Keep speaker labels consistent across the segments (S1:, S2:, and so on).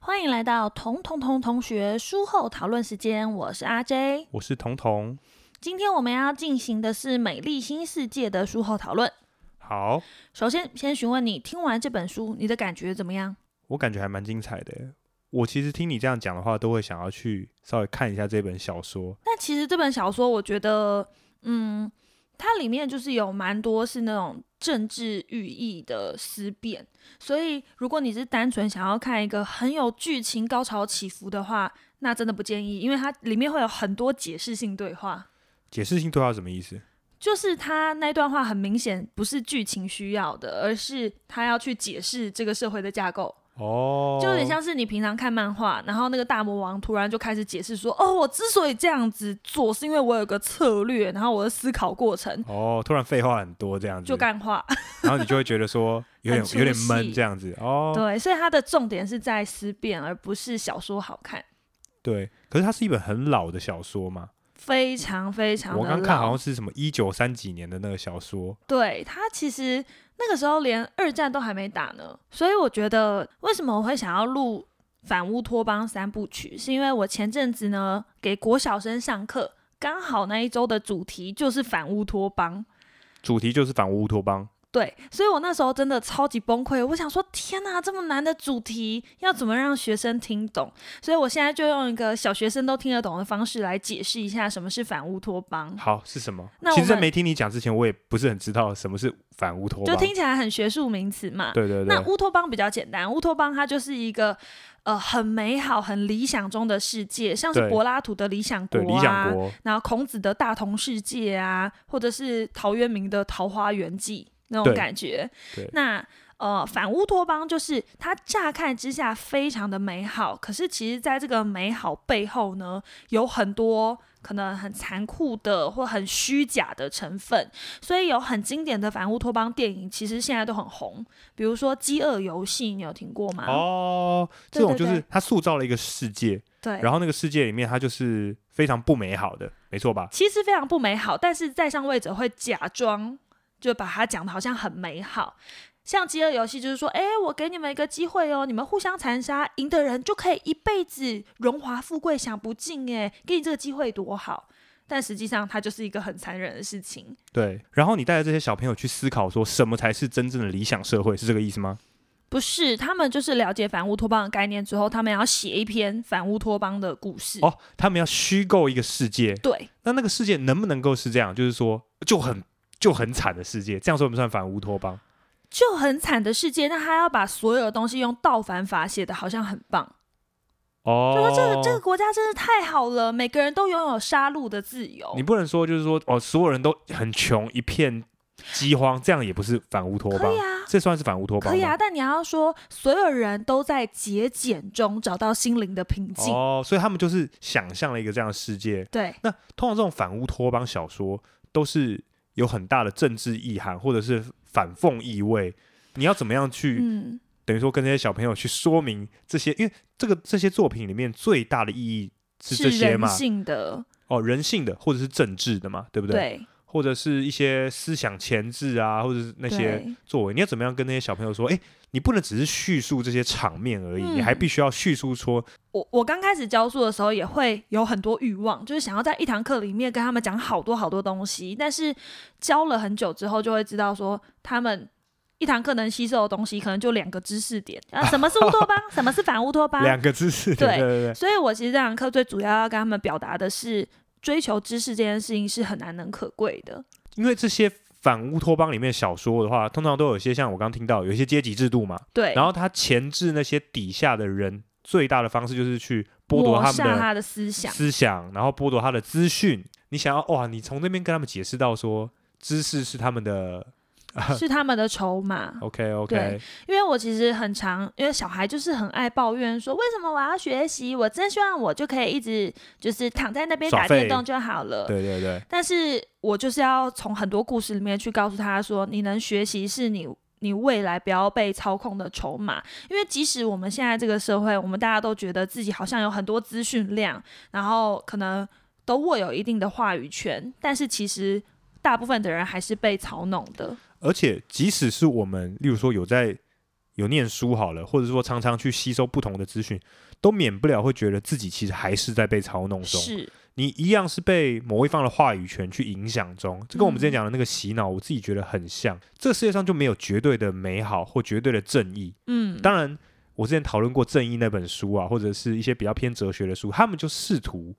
S1: 欢迎来到童童童同学书后讨论时间，我是 RJ。
S2: 我是彤彤。
S1: 今天我们要进行的是《美丽新世界》的书后讨论。
S2: 好，
S1: 首先，先询问你听完这本书，你的感觉怎么样？
S2: 我感觉还蛮精彩的耶。我其实听你这样讲的话，都会想要去稍微看一下这本小说。
S1: 但其实这本小说，我觉得，嗯，它里面就是有蛮多是那种政治寓意的思辨，所以如果你是单纯想要看一个很有剧情高潮起伏的话，那真的不建议，因为它里面会有很多解释性对话。
S2: 解释性对话是什么意思？
S1: 就是他那段话很明显不是剧情需要的，而是他要去解释这个社会的架构。
S2: 哦，
S1: 就有点像是你平常看漫画，然后那个大魔王突然就开始解释说：“哦，我之所以这样子做，是因为我有个策略，然后我的思考过程
S2: 哦，突然废话很多这样子，
S1: 就干话。
S2: 然后你就会觉 得说有点
S1: 很出
S2: 有点闷
S1: 戏
S2: 这样子。哦，
S1: 对，所以它的重点是在思辨，而不是小说好看。
S2: 对。可是它是一本很老的小说嘛，
S1: 非常非常的
S2: 我
S1: 老，
S2: 刚看好像是什么一九三几年的那个小说。
S1: 对它其实那个时候连二战都还没打呢，所以我觉得为什么我会想要录反乌托邦三部曲，是因为我前阵子呢给国小生上课，刚好那一周的主题就是反乌托邦。
S2: 主题就是反乌托邦，
S1: 对，所以我那时候真的超级崩溃。我想说，天哪，这么难的主题，要怎么让学生听懂？所以我现在就用一个小学生都听得懂的方式来解释一下什么是反乌托邦。
S2: 好是什么
S1: 嗯那？我
S2: 其实，在
S1: 们
S2: 没听你讲之前，我也不是很知道什么是反乌托
S1: 就
S2: 邦。
S1: 听起来很学术名词嘛。
S2: 对对对
S1: 那，乌托邦比较简单，乌托邦它就是一个呃很美好、很理想中的世界，像是
S2: 对
S1: 柏拉图的理想国
S2: 对
S1: 啊，
S2: 理想国，
S1: 然后孔子的大同世界啊，或者是陶渊明的《桃花源记》那种
S2: 对
S1: 感觉
S2: 对。
S1: 那呃，反乌托邦就是它乍看之下非常的美好，可是其实在这个美好背后呢，有很多可能很残酷的或很虚假的成分。所以有很经典的反乌托邦电影，其实现在都很红，比如说《饥饿游戏》，你有听过吗？啊
S2: 哦，
S1: 对
S2: 这种
S1: 对
S2: 就是
S1: 对
S2: 他塑造了一个世界，
S1: 对。
S2: 然后那个世界里面它就是非常不美好的，没错吧？
S1: 其实非常不美好，但是在上位者会假装就把它讲的好像很美好。像饥饿游戏就是说，哎，我给你们一个机会哦，你们互相残杀，赢的人就可以一辈子荣华富贵享不尽，哎，给你这个机会多好。但实际上，它就是一个很残忍的事情。
S2: 对。然后你带着这些小朋友去思考，说什么才是真正的理想社会，是这个意思吗？
S1: 不是，他们就是了解反乌托邦的概念之后，他们要写一篇反乌托邦的故事。
S2: 哦，他们要虚构一个世界，
S1: 对，
S2: 那那个世界能不能够是这样？就是说，就很就很惨的世界，这样算不算反乌托邦？
S1: 就很惨的世界，那他要把所有的东西用倒反法写的好像很棒。
S2: 哦，
S1: 就说啊这个这个国家真是太好了，每个人都拥有杀戮的自由
S2: 你。不能说就是说哦，所有人都很穷，一片饥荒，这样也不是反乌托
S1: 可
S2: 邦，
S1: 以啊，
S2: 这算是反乌托邦
S1: 可
S2: 吗？
S1: 以啊，但你要说所有人都在节俭中找到心灵的平静，
S2: 哦，所以他们就是想象了一个这样的世界，
S1: 对，
S2: 那通常这种反乌托邦小说都是有很大的政治意涵，或者是反讽意味。你要怎么样去，
S1: 嗯，
S2: 等于说跟这些小朋友去说明这些？因为这个这些作品里面最大的意义是这些
S1: 人
S2: 嘛？
S1: 性的，
S2: 哦，人性的，或者是政治的嘛，对不对？
S1: 对
S2: 或者是一些思想前置啊，或者是那些
S1: 对
S2: 作为，你要怎么样跟那些小朋友说？哎，你不能只是叙述这些场面而已，
S1: 嗯
S2: 你还必须要叙述说
S1: 我我刚开始教书的时候也会有很多欲望，就是想要在一堂课里面跟他们讲好多好多东西，但是教了很久之后，就会知道说他们。一堂课能吸收的东西，可能就两个知识点啊，什么是乌托 邦，什么是反乌托邦，
S2: 两个知识
S1: 对
S2: 点，对对对，
S1: 所以我其实这堂课最主要要跟他们表达的是，追求知识这件事情是很难能可贵的。
S2: 因为这些反乌托邦里面的小说的话，通常都有一些像我刚听到有一些阶级制度嘛，
S1: 对，
S2: 然后他钳制那些底下的人，最大的方式就是去剥夺
S1: 抹
S2: 他
S1: 杀
S2: 们
S1: 他的思
S2: 的
S1: 想，
S2: 思想，然后剥夺他的资讯。你想要哇，你从那边跟他们解释到说，知识是他们的
S1: 是他们的筹码。
S2: OK
S1: 对
S2: OK，
S1: 因为我其实很常，因为小孩就是很爱抱怨说，为什么我要学习？我真希望我就可以一直就是躺在那边打
S2: 耍废
S1: 电动就好了。
S2: 对对对，
S1: 但是我就是要从很多故事里面去告诉他说，你能学习是你你未来不要被操控的筹码。因为即使我们现在这个社会，我们大家都觉得自己好像有很多资讯量，然后可能都握有一定的话语权，但是其实大部分的人还是被操弄的。
S2: 而且即使是我们，例如说有在有念书好了，或者说常常去吸收不同的资讯，都免不了会觉得自己其实还是在被操弄中。
S1: 是
S2: 你一样是被某一方的话语权去影响中，这跟我们之前
S1: 嗯
S2: 讲的那个洗脑，我自己觉得很像。这世界上就没有绝对的美好或绝对的正义。
S1: 嗯，
S2: 当然，我之前讨论过《正义》那本书啊，或者是一些比较偏哲学的书，他们就试图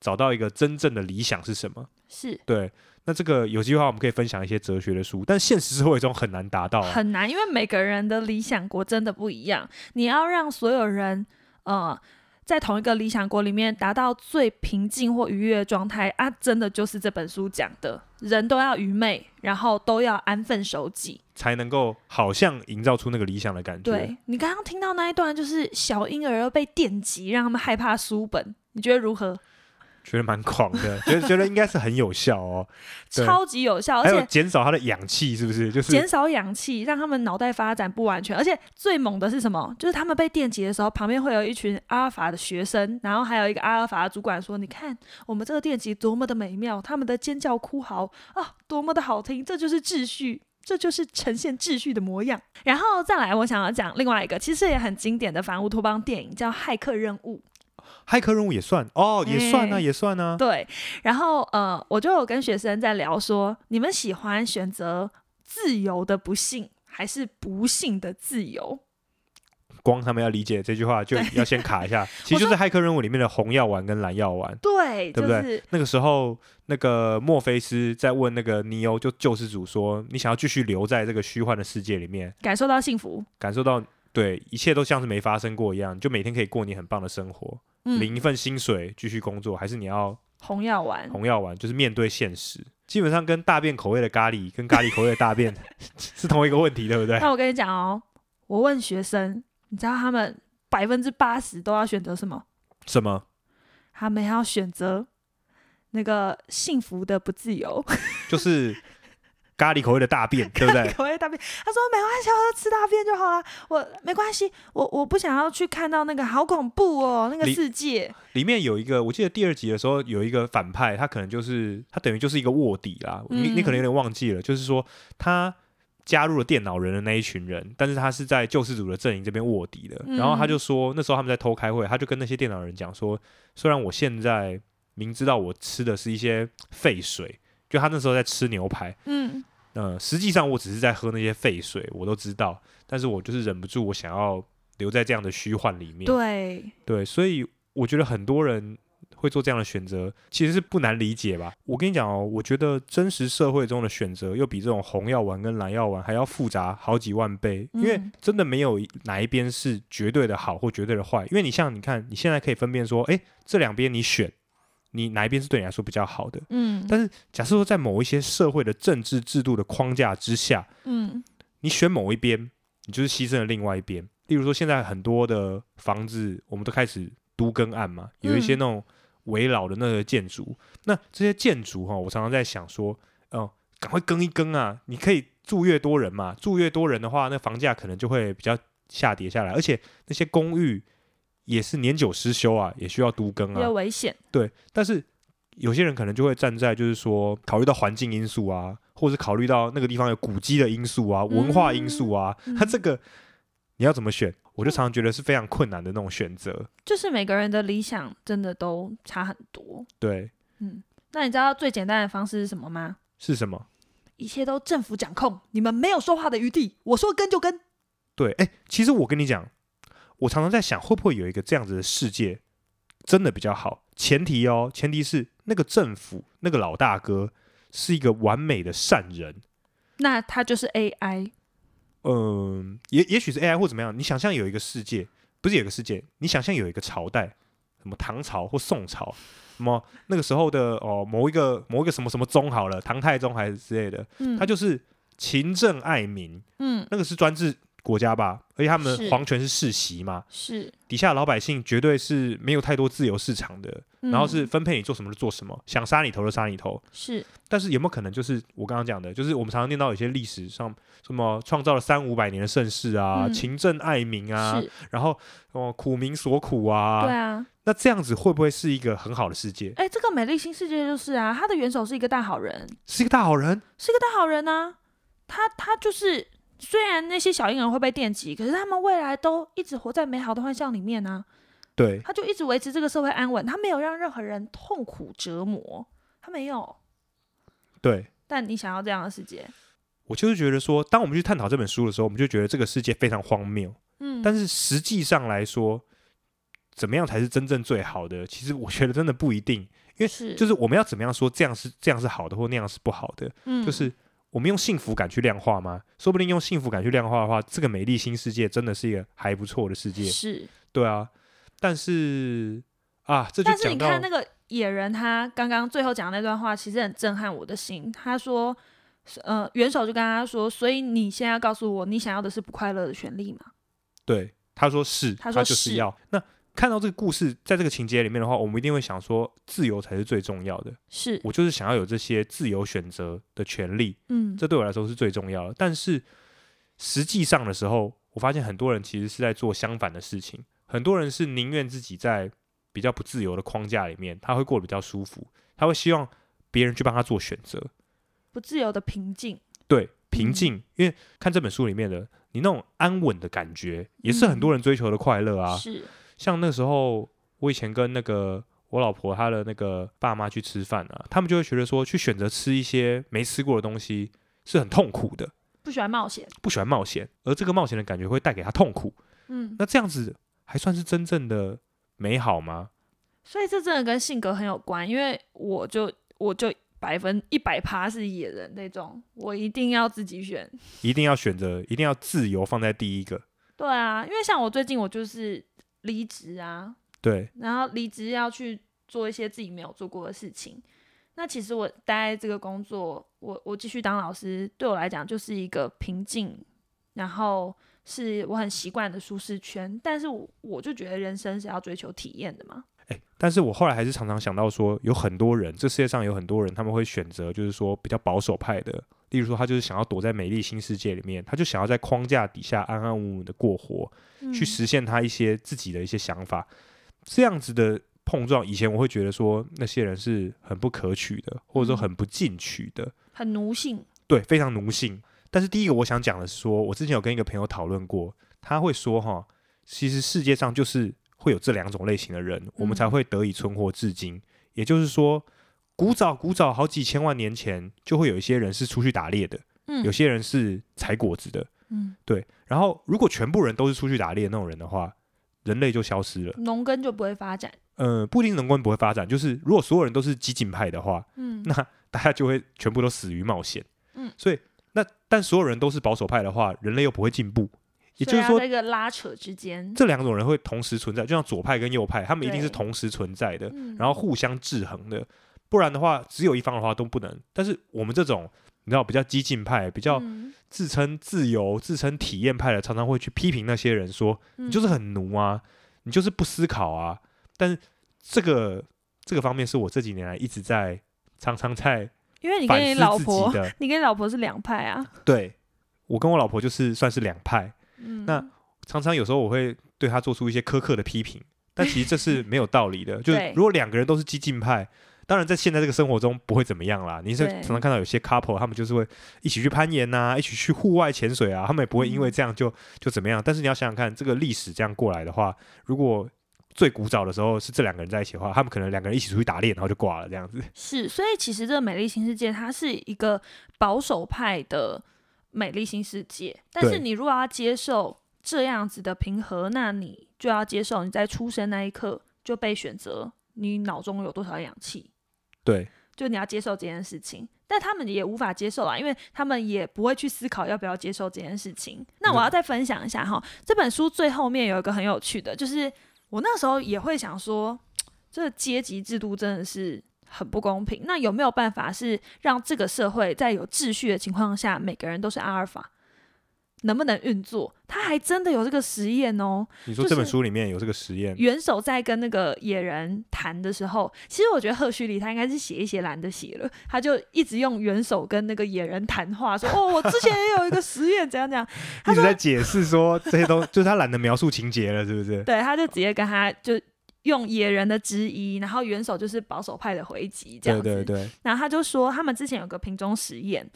S2: 找到一个真正的理想是什么。
S1: 是
S2: 对，那这个有机会的话我们可以分享一些哲学的书，但现实社会中很难达到、啊。
S1: 很难，因为每个人的理想国真的不一样。你要让所有人，呃，在同一个理想国里面达到最平静或愉悦的状态啊，真的就是这本书讲的，人都要愚昧，然后都要安分守己。
S2: 才能够好像营造出那个理想的感觉。
S1: 对你刚刚听到那一段，就是小婴儿被电击，让他们害怕书本，你觉得如何？
S2: 觉得蛮狂的，觉得觉得应该是很有效哦，对
S1: 超级有效， 而
S2: 还有
S1: 且
S2: 减少它的氧气，是不是？就是
S1: 减少氧气，让他们脑袋发展不完全。而且最猛的是什么？就是他们被电击的时候，旁边会有一群阿尔法的学生，然后还有一个阿尔法的主管说：“你看我们这个电击多么的美妙，他们的尖叫哭嚎啊，多么的好听，这就是秩序。”这就是呈现秩序的模样。然后再来，我想要讲另外一个，其实也很经典的反乌托邦电影，叫《骇客任务》。
S2: 骇客任务也算哦，也算啊，
S1: 哎
S2: 也算啊。
S1: 对，然后呃，我就有跟学生在聊说，你们喜欢选择自由的不幸，还是不幸的自由？
S2: 光他们要理解这句话，就要先卡 一下。其实就是骇客任务里面的红药丸跟蓝药丸。
S1: 对，
S2: 对
S1: 就
S2: 不对
S1: 是
S2: 那个时候，那个墨菲斯在问那个尼欧，就救世主说：“你想要继续留在这个虚幻的世界里面，
S1: 感受到幸福，
S2: 感受到对一切都像是没发生过一样，就每天可以过你很棒的生活，领
S1: 嗯，
S2: 一份薪水继续工作，还是你要
S1: 红药丸，
S2: 红药丸就是面对现实，基本上跟大便口味的咖喱跟咖喱口味的大便 是同一个问题，对 不对？
S1: 那我跟你讲哦，我问学生，你知道他们百分之八十都要选择什么？
S2: 什么？
S1: 他们要选择那个幸福的不自由。
S2: 就是咖喱口味的大 便，对不对？
S1: 口味大便。他说没关系，我就吃大便就好了。我没关系，我我不想要去看到那个好恐怖哦，那个
S2: 你
S1: 世界。
S2: 里面有一个，我记得第二集的时候有一个反派，他可能就是他等于就是一个卧底啦，你你可能有点忘记了，就是说他。加入了电脑人的那一群人，但是他是在救世主的阵营这边卧底的。然后他就说，那时候他们在偷开会，他就跟那些电脑人讲说，虽然我现在明知道我吃的是一些废水，就他那时候在吃牛排，
S1: 嗯，
S2: 呃，实际上我只是在喝那些废水，我都知道，但是我就是忍不住，我想要留在这样的虚幻里面。
S1: 对，
S2: 对，所以我觉得很多人会做这样的选择，其实是不难理解吧？我跟你讲哦，我觉得真实社会中的选择又比这种红药丸跟蓝药丸还要复杂好几万倍，因为
S1: 嗯
S2: 真的没有哪一边是绝对的好或绝对的坏。因为你像你看，你现在可以分辨说，诶，这两边你选，你哪一边是对你来说比较好的？
S1: 嗯，
S2: 但是假设说在某一些社会的政治制度的框架之下，
S1: 嗯
S2: 你选某一边，你就是牺牲了另外一边。例如说，现在很多的房子，我们都开始都更案嘛，有一些
S1: 嗯
S2: 那种围老的那个建筑。那这些建筑哈、我常常在想说，哦、赶快更一更啊！你可以住越多人嘛，住越多人的话，那房价可能就会比较下跌下来。而且那些公寓也是年久失修啊，也需要都更
S1: 比
S2: 啊
S1: 较。危险。
S2: 对，但是有些人可能就会站在就是说，考虑到环境因素啊，或者是考虑到那个地方有古迹的因素啊、文化因素啊，
S1: 嗯
S2: 他这个你要怎么选？我就常常觉得是非常困难的那种选择。
S1: 就是每个人的理想真的都差很多。
S2: 对，
S1: 嗯，那你知道最简单的方式是什么吗？
S2: 是什么？
S1: 一切都政府掌控，你们没有说话的余地。我说跟就跟。
S2: 对，哎，其实我跟你讲，我常常在想，会不会有一个这样子的世界，真的比较好？前提哦，前提是那个政府那个老大哥是一个完美的善人，
S1: 那他就是 AI，
S2: 嗯，也也许是 AI 或怎么样，你想象有一个世界，不是有一个世界，你想象有一个朝代，什么唐朝或宋朝，什么那个时候的哦某一个某一个什么什么宗好了，唐太宗还是之类的，
S1: 嗯，
S2: 他就是勤政爱民，
S1: 嗯
S2: 那个是专制国家吧，而且他们
S1: 是
S2: 的皇权是世袭嘛，
S1: 是，
S2: 底下老百姓绝对是没有太多自由市场的，然后是
S1: 嗯
S2: 分配你做什么就做什么，想杀你头就杀你头，
S1: 是
S2: 但是有没有可能，就是我刚刚讲的，就是我们常常念到有些历史上什么创造了三五百年的盛世啊，
S1: 嗯
S2: 勤政爱民啊，
S1: 是，
S2: 然后哦、苦民所苦啊，
S1: 对啊，
S2: 那这样子会不会是一个很好的世界？
S1: 哎，这个美丽新世界就是啊，他的元首是一个大好人，
S2: 是一个大好人？
S1: 是一个大好人啊。他他就是虽然那些小婴儿会被电击，可是他们未来都一直活在美好的幻象里面啊呢、
S2: 对，
S1: 他就一直维持这个社会安稳，他没有让任何人痛苦折磨，他没有。
S2: 对。
S1: 但你想要这样的世界，
S2: 我就是觉得说，当我们去探讨这本书的时候，我们就觉得这个世界非常荒谬。
S1: 嗯，
S2: 但是实际上来说，怎么样才是真正最好的？其实我觉得真的不一定，因为
S1: 是
S2: 就是我们要怎么样说这样是这样是好的，或那样是不好的？
S1: 嗯
S2: 就是我们用幸福感去量化吗？说不定用幸福感去量化的话，这个美丽新世界真的是一个还不错的世界。
S1: 是。
S2: 对啊，但是啊，这就
S1: 但是
S2: 讲
S1: 你
S2: 到
S1: 看那个野人，他刚刚最后讲的那段话，其实很震撼我的心。他说，呃，元首就跟他说，所以你现在要告诉我，你想要的是不快乐的权利吗？
S2: 对，他说是，
S1: 他
S2: 他
S1: 说
S2: 就是
S1: 是
S2: 要。那看到这个故事，在这个情节里面的话，我们一定会想说，自由才是最重要的。
S1: 是，
S2: 我就是想要有这些自由选择的权利，
S1: 嗯，
S2: 这对我来说是最重要的。但是实际上的时候，我发现很多人其实是在做相反的事情，很多人是宁愿自己在比较不自由的框架里面，他会过得比较舒服，他会希望别人去帮他做选择，
S1: 不自由的平静，
S2: 对
S1: 嗯
S2: 平静。因为看这本书里面的，你那种安稳的感觉，也是很多人追求的快乐啊。
S1: 嗯是，
S2: 像那时候我以前跟那个我老婆她的那个爸妈去吃饭啊，他们就会觉得说，去选择吃一些没吃过的东西是很痛苦的，
S1: 不喜欢冒险，
S2: 不喜欢冒险，而这个冒险的感觉会带给他痛苦。
S1: 嗯，
S2: 那这样子还算是真正的美好吗？
S1: 所以这真的跟性格很有关，因为我就我就百分一百趴是野人那种，我一定要自己选。
S2: 一定要选择，一定要自由放在第一个。
S1: 对啊，因为像我最近我就是离职啊，
S2: 对，
S1: 然后离职要去做一些自己没有做过的事情。那其实我待这个工作，我我继续当老师，对我来讲就是一个瓶颈，然后是我很习惯的舒适圈。但是我我就觉得人生是要追求体验的嘛。
S2: 哎，但是我后来还是常常想到说，有很多人，这世界上有很多人，他们会选择就是说比较保守派的，例如说他就是想要躲在美丽新世界里面，他就想要在框架底下安安稳稳的过活，
S1: 嗯
S2: 去实现他一些自己的一些想法。这样子的碰撞，以前我会觉得说那些人是很不可取的，或者说很不进取的，
S1: 很奴性，
S2: 对，非常奴性。但是第一个我想讲的是说，我之前有跟一个朋友讨论过，他会说哈，其实世界上就是会有这两种类型的人，我们才会得以存活至今。也就是说，古早古早好几千万年前，就会有一些人是出去打猎的，
S1: 嗯
S2: 有些人是采果子的，
S1: 嗯，
S2: 对。然后如果全部人都是出去打猎的那种人的话，人类就消失了。
S1: 农耕就不会发展，
S2: 呃，不一定能够不会发展，就是如果所有人都是激进派的话，
S1: 嗯
S2: 那大家就会全部都死于冒险。
S1: 嗯
S2: 所以那但所有人都是保守派的话，人类又不会进步。也
S1: 所以
S2: 就是
S1: 要
S2: 说，
S1: 在一个拉扯之间，
S2: 这两种人会同时存在，就像左派跟右派，他们一定是
S1: 对
S2: 同时存在的，
S1: 嗯
S2: 然后互相制衡的。不然的话，只有一方的话都不能。但是我们这种你知道比较激进派、比较
S1: 嗯
S2: 自称自由、自称体验派的，常常会去批评那些人说，你
S1: 嗯
S2: 就是很奴啊，你就是不思考啊。但是这个这个方面是我这几年来一直在常常在
S1: 因为你
S2: 反
S1: 跟
S2: 思
S1: 你老
S2: 自
S1: 婆
S2: 己，的。
S1: 你跟你老婆是两派啊，
S2: 对，我跟我老婆就是算是两派，
S1: 嗯，
S2: 那常常有时候我会对她做出一些苛刻的批评，但其实这是没有道 理的。就是
S1: 对
S2: 如果两个人都是激进派，当然在现在这个生活中不会怎么样啦。你是
S1: 对
S2: 常常看到有些 couple 他们就是会一起去攀岩呐、一起去户外潜水啊，他们也不会
S1: 嗯
S2: 因为这样就、就怎么样。但是你要想想看，这个历史这样过来的话，如果最古早的时候是这两个人在一起的话，他们可能两个人一起出去打猎，然后就挂了 这样子。
S1: 是，所以其实这个美丽新世界它是一个保守派的美丽新世界，但是
S2: 对
S1: 你如果要接受这样子的平和，那你就要接受你在出生那一刻就被选择，你脑中有多少氧气，
S2: 对，
S1: 就你要接受这件事情。但他们也无法接受啦，因为他们也不会去思考要不要接受这件事情。那我要再分享一下哈，这本书最后面有一个很有趣的，就是我那时候也会想说，这个阶级制度真的是很不公平。那有没有办法是让这个社会在有秩序的情况下，每个人都是阿尔法，能不能运作？他还真的有这个实验哦。
S2: 你说
S1: 就
S2: 这本
S1: 是
S2: 书里面有这个实验，
S1: 元首在跟那个野人谈的时候，其实我觉得赫胥黎他应该是写一写懒得写了，他就一直用元首跟那个野人谈话， 说哦，我之前也有一个实验，怎样怎样。 他
S2: 一直
S1: 说，
S2: 在解释说这些东， 就是他懒得描述情节了，是不是？
S1: 对，他就直接跟他就用野人的质疑，然后元首就是保守派的回击，这样
S2: 对
S1: 子。
S2: 对对，
S1: 然后他就说，他们之前有个品种实验，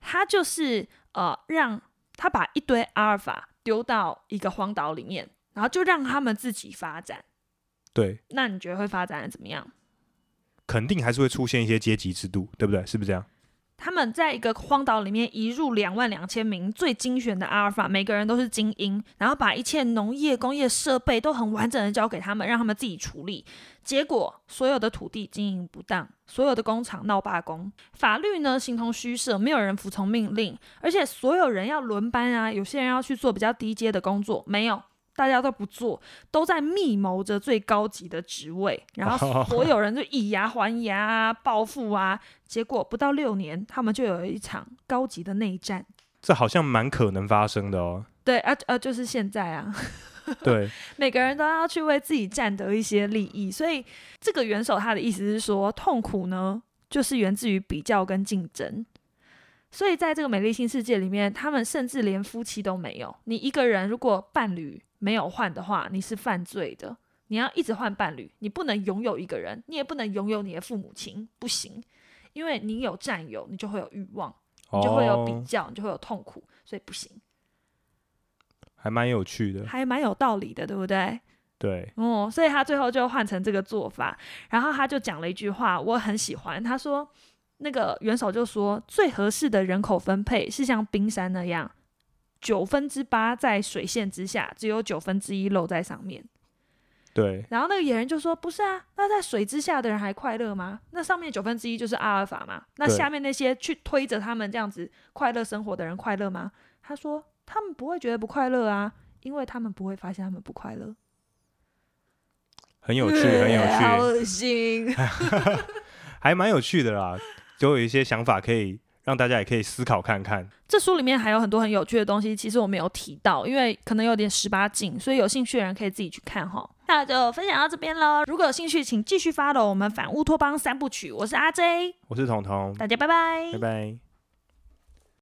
S1: 他就是呃让他把一堆阿尔法丢到一个荒岛里面，然后就让他们自己发展。
S2: 对，
S1: 那你觉得会发展的怎么样？
S2: 肯定还是会出现一些阶级制度，对不对？是不是这样？
S1: 他们在一个荒岛里面移入两万两千名最精选的阿尔法，每个人都是精英，然后把一切农业、工业设备都很完整的交给他们，让他们自己处理。结果，所有的土地经营不当，所有的工厂闹罢工，法律呢形同虚设，没有人服从命令，而且所有人要轮班啊，有些人要去做比较低阶的工作，没有。大家都不做，都在密谋着最高级的职位，然后所有人就以牙还牙啊，报复啊，结果不到六年，他们就有一场高级的内战。
S2: 这好像蛮可能发生的 哦。
S1: 对啊啊，就是现在啊，
S2: 对，
S1: 每个人都要去为自己占得一些利益，所以这个元首他的意思是说，痛苦呢就是源自于比较跟竞争。所以在这个美丽新世界里面，他们甚至连夫妻都没有。你一个人如果伴侣没有换的话，你是犯罪的。你要一直换伴侣，你不能拥有一个人，你也不能拥有你的父母亲，不行，因为你有占有，你就会有欲望，你就会有比
S2: 哦，
S1: 较，你就会有痛苦，所以不行，
S2: 还蛮有趣的。
S1: 还蛮有道理的，对不对？
S2: 对，
S1: 哦，所以他最后就换成这个做法，然后他就讲了一句话，我很喜欢，他说那个元首就说，最合适的人口分配是像冰山那样，九分之八在水线之下，只有九分之一露在上面。
S2: 对，
S1: 然后那个野人就说：“不是啊，那在水之下的人还快乐吗？那上面九分之一就是阿尔法嘛，那
S2: 对
S1: 下面那些去推着他们这样子快乐生活的人快乐吗？”他说：“他们不会觉得不快乐啊，因为他们不会发现他们不快乐。”
S2: 很 有趣，很有
S1: 好
S2: 趣，
S1: 恶 心。
S2: 还蛮有趣的啦。就有一些想法可以让大家也可以思考看看。
S1: 这书里面还有很多很有趣的东西，其实我没有提到，因为可能有点十八禁，所以有兴趣的人可以自己去看哈。那就分享到这边喽。如果有兴趣，请继续 follow 我们反乌托邦三部曲。我是阿 J，
S2: 我是彤彤，
S1: 大家拜拜
S2: 拜拜。